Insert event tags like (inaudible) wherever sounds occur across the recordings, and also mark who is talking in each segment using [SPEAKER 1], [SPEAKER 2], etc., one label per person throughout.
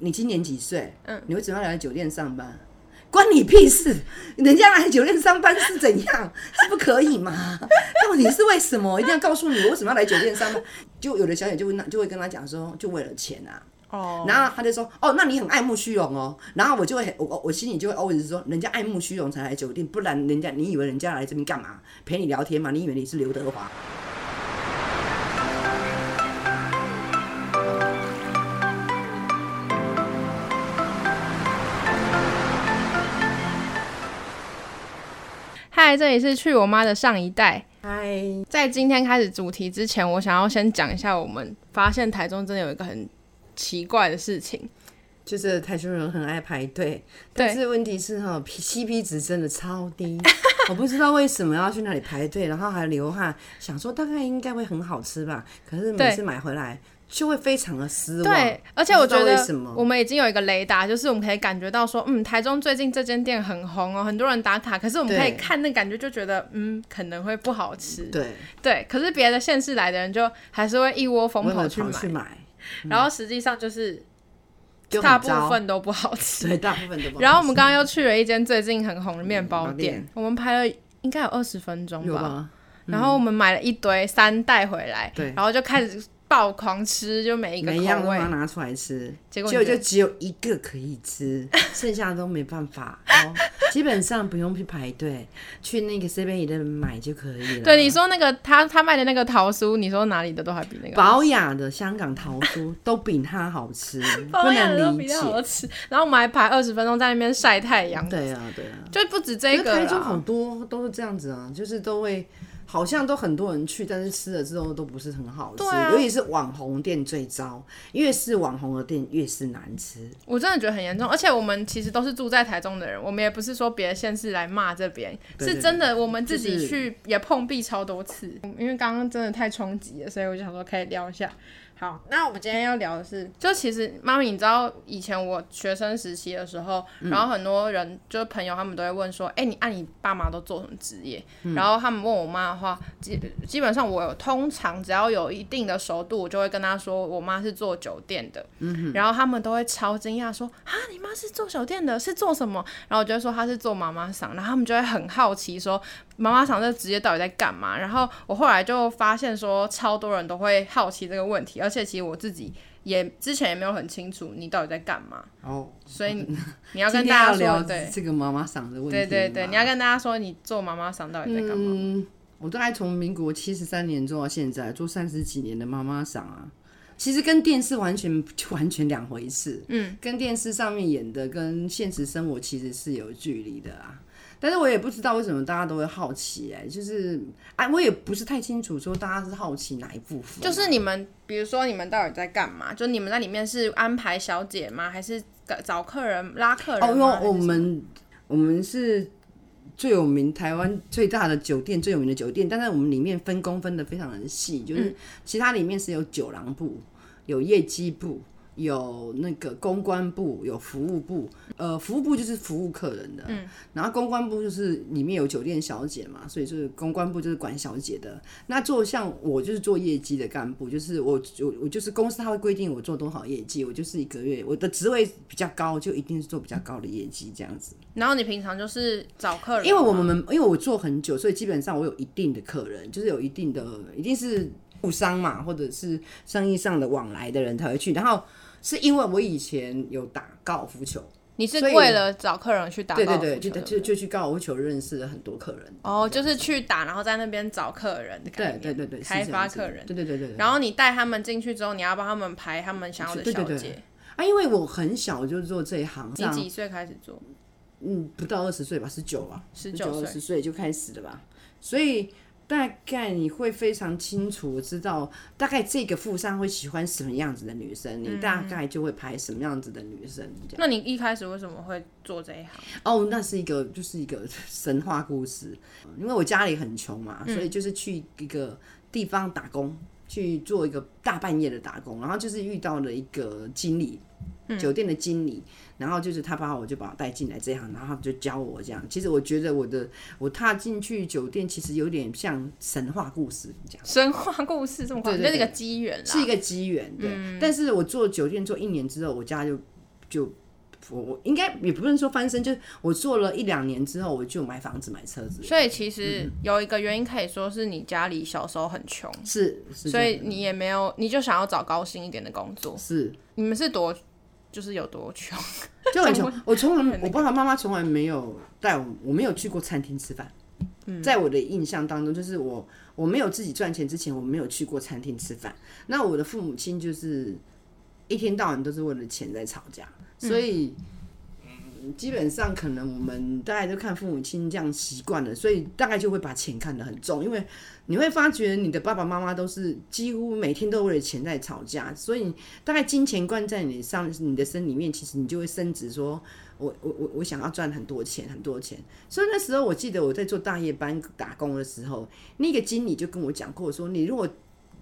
[SPEAKER 1] 你今年几岁？
[SPEAKER 2] 嗯
[SPEAKER 1] 你为什么要来酒店上班？关你屁事！人家来酒店上班是怎样？是不可以吗？ (laughs) 到底是为什么？一定要告诉你我为什么要来酒店上班？就有的小姐就会那就会跟他讲说，就为了钱啊。
[SPEAKER 2] 哦，
[SPEAKER 1] 然后他就说：“哦，那你很爱慕虚荣哦。”然后我就会很，我我我心里就会 always 说，人家爱慕虚荣才来酒店，不然人家你以为人家来这边干嘛？陪你聊天嘛？你以为你是刘德华？
[SPEAKER 2] 嗨，这里是去我妈的上一代。
[SPEAKER 1] 嗨，
[SPEAKER 2] 在今天开始主题之前，我想要先讲一下，我们发现台中真的有一个很奇怪的事情。
[SPEAKER 1] 就是台中人很爱排队，
[SPEAKER 2] 对
[SPEAKER 1] 但是问题是哈、，CP 值真的超低。 (laughs) 我不知道为什么要去那里排队，然后还流汗，想说大概应该会很好吃吧，可是每
[SPEAKER 2] 对
[SPEAKER 1] 次买回来就会非常的失望。
[SPEAKER 2] 对，而且我
[SPEAKER 1] 不
[SPEAKER 2] 觉
[SPEAKER 1] 知道
[SPEAKER 2] 得
[SPEAKER 1] 为什么
[SPEAKER 2] 我们已经有一个雷达，就是我们可以感觉到说，嗯，台中最近这间店很红哦，很多人打卡。可是我们
[SPEAKER 1] 对
[SPEAKER 2] 可以看那感觉，就觉得嗯，可能会不好吃。
[SPEAKER 1] 对，
[SPEAKER 2] 对，可是别的县市来的人就还是会一窝蜂
[SPEAKER 1] 我有
[SPEAKER 2] 跑去
[SPEAKER 1] 跑
[SPEAKER 2] 买，
[SPEAKER 1] 去买，
[SPEAKER 2] 然后实际上就是
[SPEAKER 1] 就很
[SPEAKER 2] 大部
[SPEAKER 1] 糟，
[SPEAKER 2] 分都不好吃。
[SPEAKER 1] 对，大部
[SPEAKER 2] (laughs)
[SPEAKER 1] 分都不好
[SPEAKER 2] 然后我
[SPEAKER 1] 吃
[SPEAKER 2] 们刚刚又去了一间最近很红的面包
[SPEAKER 1] 面包
[SPEAKER 2] 店
[SPEAKER 1] 店，
[SPEAKER 2] 我们拍了应该有二十分钟
[SPEAKER 1] 有
[SPEAKER 2] 吧，
[SPEAKER 1] 吧？嗯
[SPEAKER 2] 然后我们买了一堆三袋回来，
[SPEAKER 1] 对
[SPEAKER 2] 然后就开始爆狂吃，就每一个
[SPEAKER 1] 每一样
[SPEAKER 2] 口
[SPEAKER 1] 都
[SPEAKER 2] 味
[SPEAKER 1] 把它，拿出来吃，
[SPEAKER 2] 结
[SPEAKER 1] 结
[SPEAKER 2] 果
[SPEAKER 1] 果
[SPEAKER 2] 你觉
[SPEAKER 1] 就
[SPEAKER 2] 得
[SPEAKER 1] 只有一个可以吃， (laughs) 剩下的都没办法。哦、基本上不用去排队，去那个 C 边 e 的买就可以了。
[SPEAKER 2] 对，你说那个他他卖的那个桃酥，你说哪里的都还比那个好
[SPEAKER 1] 保雅的香港桃酥都比它好
[SPEAKER 2] (laughs)
[SPEAKER 1] 吃，不
[SPEAKER 2] 包养的
[SPEAKER 1] 能
[SPEAKER 2] 都
[SPEAKER 1] 理
[SPEAKER 2] 比
[SPEAKER 1] 解
[SPEAKER 2] 较。好吃。然后我们还排二十分钟在那边晒太阳，
[SPEAKER 1] 对啊，对啊。
[SPEAKER 2] 就不止这
[SPEAKER 1] 因为
[SPEAKER 2] 个
[SPEAKER 1] 台中好
[SPEAKER 2] 啦。
[SPEAKER 1] 多都是这样子啊，就是都会好像都很多人去，但是吃了之后都不是很好吃，
[SPEAKER 2] 对啊
[SPEAKER 1] 尤其是网红店最糟，越是网红的店越是难吃。
[SPEAKER 2] 我真的觉得很严重，而且我们其实都是住在台中的人，我们也不是说别的县市来骂这边，
[SPEAKER 1] 对
[SPEAKER 2] 是
[SPEAKER 1] 对
[SPEAKER 2] 真的我们自己
[SPEAKER 1] 就是
[SPEAKER 2] 去也碰壁超多次。嗯因为刚刚真的太冲击了，所以我就想说可以聊一下。好，那我们今天要聊的是，就其实妈咪，你知道以前我学生时期的时候，
[SPEAKER 1] 嗯
[SPEAKER 2] 然后很多人就是朋友，他们都会问说，哎、你按、你爸妈都做什么职业？
[SPEAKER 1] 嗯
[SPEAKER 2] 然后他们问我妈的话，基基本上我有通常只要有一定的熟度，我就会跟她说，我妈是做酒店的。
[SPEAKER 1] 嗯
[SPEAKER 2] 然后他们都会超惊讶说，啊，你妈是做酒店的，是做什么？然后我就会说她是做妈妈桑，然后他们就会很好奇说，妈妈桑这职业到底在干嘛？然后我后来就发现说，超多人都会好奇这个问题，而且其实我自己也之前也没有很清楚你到底在干嘛，
[SPEAKER 1] 哦，
[SPEAKER 2] 所以你你要
[SPEAKER 1] 今
[SPEAKER 2] 跟
[SPEAKER 1] 天
[SPEAKER 2] 大
[SPEAKER 1] 要
[SPEAKER 2] 家
[SPEAKER 1] 聊
[SPEAKER 2] 说，对
[SPEAKER 1] 这个妈妈嗓的问题。
[SPEAKER 2] 对对对，你要跟大家说你做妈妈桑到底在干嘛？
[SPEAKER 1] 嗯，我大概从民国七十三年做到现在，做三十几年的妈妈桑啊，其实跟电视完全 (laughs) 完全两回事。嗯，跟电视上面演的跟现实生活其实是有距离的啊。但是我也不知道为什么大家都会好奇、哎，就是哎、我也不是太清楚说大家是好奇哪一部分啊、
[SPEAKER 2] 就是你们，比如说你们到底在干嘛？就你们在里面是安排小姐吗？还是找客人拉客人吗？
[SPEAKER 1] 哦，因为我
[SPEAKER 2] 还是
[SPEAKER 1] 们我们是最有名台湾最大的酒店，最有名的酒店，但是我们里面分工分的非常的细，
[SPEAKER 2] 嗯
[SPEAKER 1] 就是其他里面是有酒廊部、有业绩部、有那个公关部、有服务部，呃，服务部就是服务客人的，
[SPEAKER 2] 嗯
[SPEAKER 1] 然后公关部就是里面有酒店小姐嘛，所以就是公关部就是管小姐的。那做像我就是做业绩的干部，就是我我我就是公司他会规定我做多少业绩，我就是一个月我的职位比较高，就一定是做比较高的业绩这样子。
[SPEAKER 2] 然后你平常就是找客人吗，
[SPEAKER 1] 因为我们因为我做很久，所以基本上我有一定的客人，就是有一定的一定是互商嘛，或者是生意上的往来的人才会去。然后是因为我以前有打高尔夫球，
[SPEAKER 2] 你是
[SPEAKER 1] 所以
[SPEAKER 2] 为了找客人去打
[SPEAKER 1] 对
[SPEAKER 2] 高
[SPEAKER 1] 对
[SPEAKER 2] 尔夫
[SPEAKER 1] 对，就
[SPEAKER 2] 球
[SPEAKER 1] 就就去高尔夫球认识了很多客人。
[SPEAKER 2] 哦，就是去打，然后在那边找客人的概
[SPEAKER 1] 对
[SPEAKER 2] 念，
[SPEAKER 1] 对对对，是
[SPEAKER 2] 开
[SPEAKER 1] 这
[SPEAKER 2] 发
[SPEAKER 1] 样子
[SPEAKER 2] 客人。
[SPEAKER 1] 对对对对对。
[SPEAKER 2] 然后你带他们进去之后，你要帮他们排他们想要的
[SPEAKER 1] 对
[SPEAKER 2] 小
[SPEAKER 1] 对
[SPEAKER 2] 姐。
[SPEAKER 1] 对啊，因为我很小就做这一行，
[SPEAKER 2] 你
[SPEAKER 1] 上
[SPEAKER 2] 几岁开始做？
[SPEAKER 1] 嗯不到二十岁吧，十九啊，
[SPEAKER 2] 19岁
[SPEAKER 1] 二十岁就开始了吧，所以大概你会非常清楚知道，大概这个富商会喜欢什么样子的女生，你大概就会拍什么样子的女生这样。
[SPEAKER 2] 那你一开始为什么会做这一行？
[SPEAKER 1] 哦，那是一个就是一个 (laughs) 神话故事，因为我家里很穷嘛，所以就是去一个地方打工，去做一个大半夜的打工，然后就是遇到了一个经理，酒店的经理，然后就是他把我就把我带进来这样，然后他就教我这样。其实我觉得我的我踏进去酒店，其实有点像神话故事这样。
[SPEAKER 2] 神话故事这么快，
[SPEAKER 1] 对对
[SPEAKER 2] 就是一
[SPEAKER 1] 对
[SPEAKER 2] 个机缘啦。
[SPEAKER 1] 是一个机缘，对。但是我做酒店做一年之后，我家就就我我应该也不是说翻身，就是我做了一两年之后，我就买房子买车子，
[SPEAKER 2] 所以其
[SPEAKER 1] 嗯
[SPEAKER 2] 实有一个原因可以说是你家里小时候很穷，
[SPEAKER 1] 是是这
[SPEAKER 2] 所
[SPEAKER 1] 样
[SPEAKER 2] 以你也没有，你就想要找高薪一点的工作。
[SPEAKER 1] 是
[SPEAKER 2] 你们是多，就是有多穷？ (laughs)
[SPEAKER 1] 就很穷。我从来我爸爸妈妈从来没有带我，我没有去过餐厅吃饭。在我的印象当中，就是我我没有自己赚钱之前，我没有去过餐厅吃饭。那我的父母亲就是一天到晚都是为了钱在吵架，所以、嗯基本上可能我们大概都看父母亲这样习惯了，所以大概就会把钱看得很重，因为你会发觉你的爸爸妈妈都是几乎每天都为了钱在吵架，所以大概金钱灌在你上你的身里面，其实你就会升值说。我我我我想要赚很多钱，很多钱。所以那时候我记得我在做大夜班打工的时候，那个经理就跟我讲过说，你如果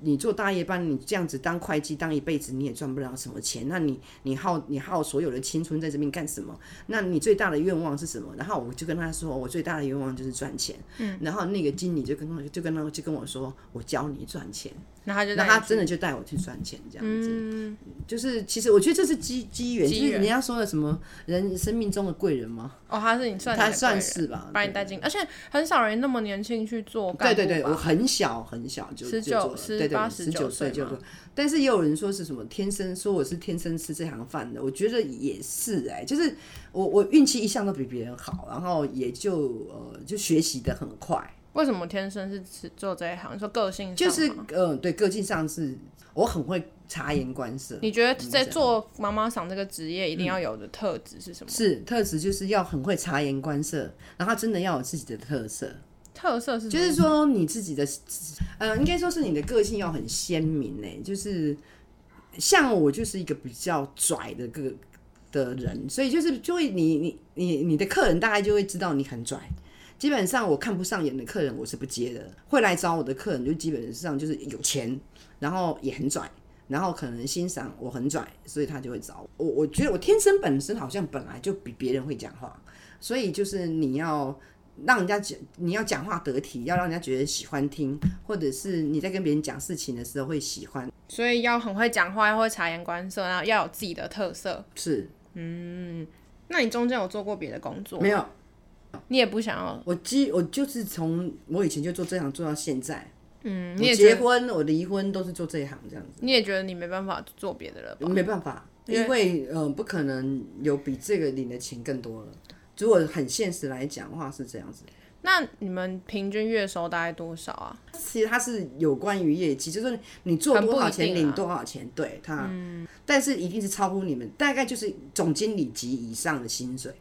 [SPEAKER 1] 你做大夜班，你这样子当会计当一辈子，你也赚不了什么钱。那你你耗你耗所有的青春在这边干什么？那你最大的愿望是什么？然后我就跟他说，我最大的愿望就是赚钱。嗯，然后那个经理就跟我就跟他就跟我说，我教你赚钱。
[SPEAKER 2] 然后他就
[SPEAKER 1] 那
[SPEAKER 2] 带
[SPEAKER 1] 他
[SPEAKER 2] 你嗯
[SPEAKER 1] 真的就带我去赚钱，这样子。就是其实我觉得这是机机缘，
[SPEAKER 2] 机
[SPEAKER 1] 就是
[SPEAKER 2] 缘
[SPEAKER 1] 人家说的什么人生命中的贵人吗？
[SPEAKER 2] 哦，他是你算
[SPEAKER 1] 他算是吧。
[SPEAKER 2] 把你带进，而且很少人那么年轻去做干
[SPEAKER 1] 对
[SPEAKER 2] 部吧。
[SPEAKER 1] 对对，我很小很小就
[SPEAKER 2] 19
[SPEAKER 1] 就做了，
[SPEAKER 2] 18
[SPEAKER 1] 对对，十
[SPEAKER 2] 19
[SPEAKER 1] 九岁
[SPEAKER 2] 岁
[SPEAKER 1] 就
[SPEAKER 2] 嘛
[SPEAKER 1] 做。但是也有人说是什么天生，说我是天生吃这行饭的，我觉得也是哎、就是我我运气一向都比别人好，然后也就呃就学习的很快。
[SPEAKER 2] 为什么天生是只做这一行？你说个性上
[SPEAKER 1] 就是
[SPEAKER 2] 吗
[SPEAKER 1] 嗯，对，个性上是，我很会察言观色。
[SPEAKER 2] 你觉得在做妈妈桑这个职业一定要有的特质是什么？
[SPEAKER 1] 嗯是特质就是要很会察言观色，然后真的要有自己的特色，
[SPEAKER 2] 特色是什
[SPEAKER 1] 就
[SPEAKER 2] 么
[SPEAKER 1] 是说你自己的，呃，应该说是你的个性要很鲜明呢、就是像我就是一个比较拽的个的人，所以就是就会你你你你的客人大概就会知道你很拽。基本上我看不上眼的客人我是不接的，会来找我的客人就基本上就是有钱，然后也很拽，然后可能欣赏我很拽，所以他就会找我。我我觉得我天生本身好像本来就比别人会讲话，所以就是你要让人家讲，你要讲话得体，要让人家觉得喜欢听，或者是你在跟别人讲事情的时候会喜欢，
[SPEAKER 2] 所以要很会讲话，要会察言观色，然后要有自己的特色。
[SPEAKER 1] 是
[SPEAKER 2] 那你中间有做过别的工作？
[SPEAKER 1] 没有。
[SPEAKER 2] 你也不想要，
[SPEAKER 1] 我基我就是从我以前就做这行做到现在，
[SPEAKER 2] 嗯，你
[SPEAKER 1] 我
[SPEAKER 2] 也
[SPEAKER 1] 结
[SPEAKER 2] 觉得
[SPEAKER 1] 婚我离婚都是做这一行这样子。
[SPEAKER 2] 你也觉得你没办法做别的了吧？
[SPEAKER 1] 没办法，因为呃，不可能有比这个领的钱更多了。如果很现实来讲的话，是这样子。
[SPEAKER 2] 那你们平均月收大概多少啊？
[SPEAKER 1] 其实它是有关于业绩，就是你做
[SPEAKER 2] 很不
[SPEAKER 1] 多少
[SPEAKER 2] 一
[SPEAKER 1] 钱
[SPEAKER 2] 定啊嗯
[SPEAKER 1] 领多少钱，对它，但是一定是超乎你们大概就是总经理级以上的薪水，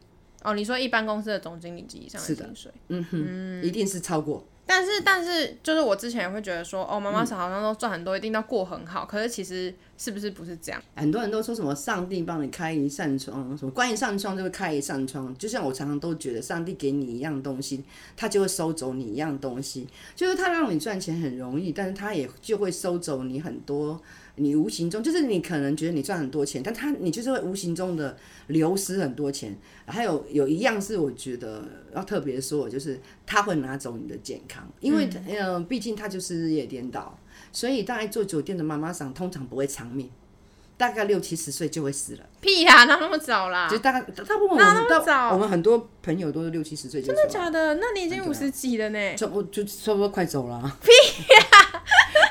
[SPEAKER 2] 哦，你说一般公司的总经理级以上的
[SPEAKER 1] 是的
[SPEAKER 2] 薪水，嗯
[SPEAKER 1] 一定是超过。
[SPEAKER 2] 但是但是就是我之前也会觉得说，哦，妈妈桑好像都赚很多，一定要过很好，可是其实是不是不是这样？
[SPEAKER 1] 很多人都说什么上帝帮你开一扇窗，什么关一扇窗就会开一扇窗。就像我常常都觉得，上帝给你一样东西，他就会收走你一样东西。就是他让你赚钱很容易，但是他也就会收走你很多。你无形中就是你可能觉得你赚很多钱，但他你就是会无形中的流失很多钱。还有有一样是我觉得要特别说的，就是他会拿走你的健康，因为嗯、呃毕竟他就是日夜颠倒，所以大概做酒店的妈妈桑通常不会长命。大概六七十岁就会死了，
[SPEAKER 2] 屁呀、 (laughs) 哪那么早啦
[SPEAKER 1] 就？大概大大部分我
[SPEAKER 2] 啊哪那
[SPEAKER 1] 们
[SPEAKER 2] 么
[SPEAKER 1] 到
[SPEAKER 2] 早
[SPEAKER 1] 我们很多朋友都是六七十岁就
[SPEAKER 2] 真
[SPEAKER 1] 走
[SPEAKER 2] 的
[SPEAKER 1] 了，
[SPEAKER 2] 假的？那你已经
[SPEAKER 1] 对啊
[SPEAKER 2] 五十几了呢？
[SPEAKER 1] 差不多就差不多快走了啊，屁呀，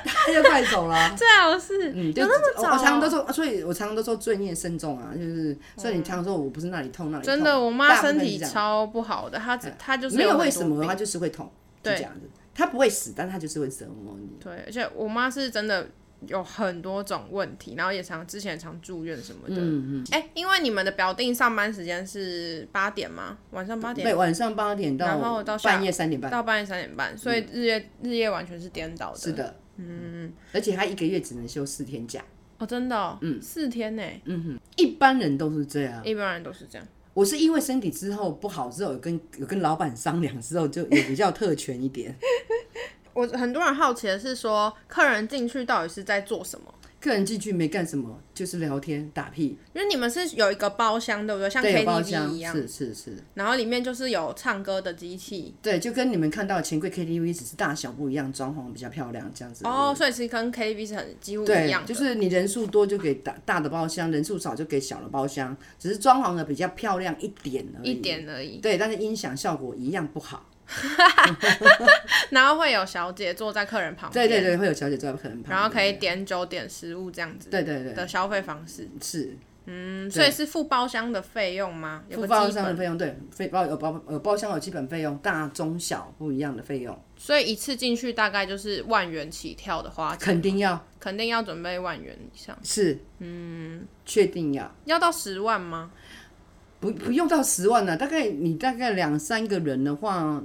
[SPEAKER 1] 他就快走了
[SPEAKER 2] (laughs)
[SPEAKER 1] 啊。
[SPEAKER 2] 最好是
[SPEAKER 1] 嗯，就
[SPEAKER 2] 有那么
[SPEAKER 1] 我
[SPEAKER 2] 早
[SPEAKER 1] 我常常都说，所以我常常都说罪孽深重啊，就是所以你常常说我不是那里痛那里痛，
[SPEAKER 2] 真的，我妈
[SPEAKER 1] 大部分
[SPEAKER 2] 身
[SPEAKER 1] 是
[SPEAKER 2] 体
[SPEAKER 1] 这样嗯
[SPEAKER 2] 超不好的，她只她就是
[SPEAKER 1] 没有
[SPEAKER 2] 很
[SPEAKER 1] 为
[SPEAKER 2] 多
[SPEAKER 1] 什么
[SPEAKER 2] 病
[SPEAKER 1] 他就是会痛，就
[SPEAKER 2] 对
[SPEAKER 1] 这样子，他不会死，但他就是会折磨你。
[SPEAKER 2] 对，而且我妈是真的有很多种问题，然后也常之前常住院什么的。嗯嗯。哎、因为你们的表定上班时间是八点吗？晚上八点
[SPEAKER 1] 对，晚上八点
[SPEAKER 2] 然后
[SPEAKER 1] 到
[SPEAKER 2] 到下
[SPEAKER 1] 半夜三点半，
[SPEAKER 2] 到半夜三点半，所以日夜、日夜完全是颠倒的。
[SPEAKER 1] 是。的，嗯，而且他一个月只能休四天假，
[SPEAKER 2] 哦，真的、哦。嗯。四天呢、
[SPEAKER 1] 一般人都是这样。
[SPEAKER 2] 一般人都是这样。
[SPEAKER 1] 我是因为身体之后不好之后，有跟有跟老板商量之后，就也比较特权一
[SPEAKER 2] (laughs)
[SPEAKER 1] 点。
[SPEAKER 2] 我很多人好奇的是说，客人进去到底是在做什么？
[SPEAKER 1] 客人进去没干什么，就是聊天打屁，
[SPEAKER 2] 因为你们是有一个包厢，对不对？像
[SPEAKER 1] 对，有包
[SPEAKER 2] KTV
[SPEAKER 1] 厢
[SPEAKER 2] 啊一样，
[SPEAKER 1] 是是是，
[SPEAKER 2] 然后里面就是有唱歌的机器
[SPEAKER 1] 对，就跟你们看到的钱柜 KTV 只是大小不一样，装潢比较漂亮这样子而已。
[SPEAKER 2] 哦，所以是跟 KTV 是很几乎一
[SPEAKER 1] 对
[SPEAKER 2] 样，的，
[SPEAKER 1] 就是你人数多就给大大的包厢，人数少就给小的包厢，只是装潢的比较漂亮一点而已。
[SPEAKER 2] 一点而已。
[SPEAKER 1] 对，但是音响效果一样不好。
[SPEAKER 2] 然后会有小姐坐在客人旁边，
[SPEAKER 1] 对对对，会有小姐坐在客人旁边，
[SPEAKER 2] 哦然后可以点酒点食物这样子
[SPEAKER 1] 对对对，
[SPEAKER 2] 的消费方式。
[SPEAKER 1] 是
[SPEAKER 2] 嗯，所以是付包厢的费用吗？有
[SPEAKER 1] 付
[SPEAKER 2] 个
[SPEAKER 1] 包
[SPEAKER 2] 基
[SPEAKER 1] 厢的
[SPEAKER 2] 本，
[SPEAKER 1] 费用，对，费包有包有包厢有基本费用，大中小不一样的费用，
[SPEAKER 2] 所以一次进去大概就是万元起跳的花，
[SPEAKER 1] 肯定要
[SPEAKER 2] 肯定要准备万元以上，
[SPEAKER 1] 是，嗯，确定要。
[SPEAKER 2] 要到十万吗？
[SPEAKER 1] 不不用到十万了，大概你大概两三个人的话，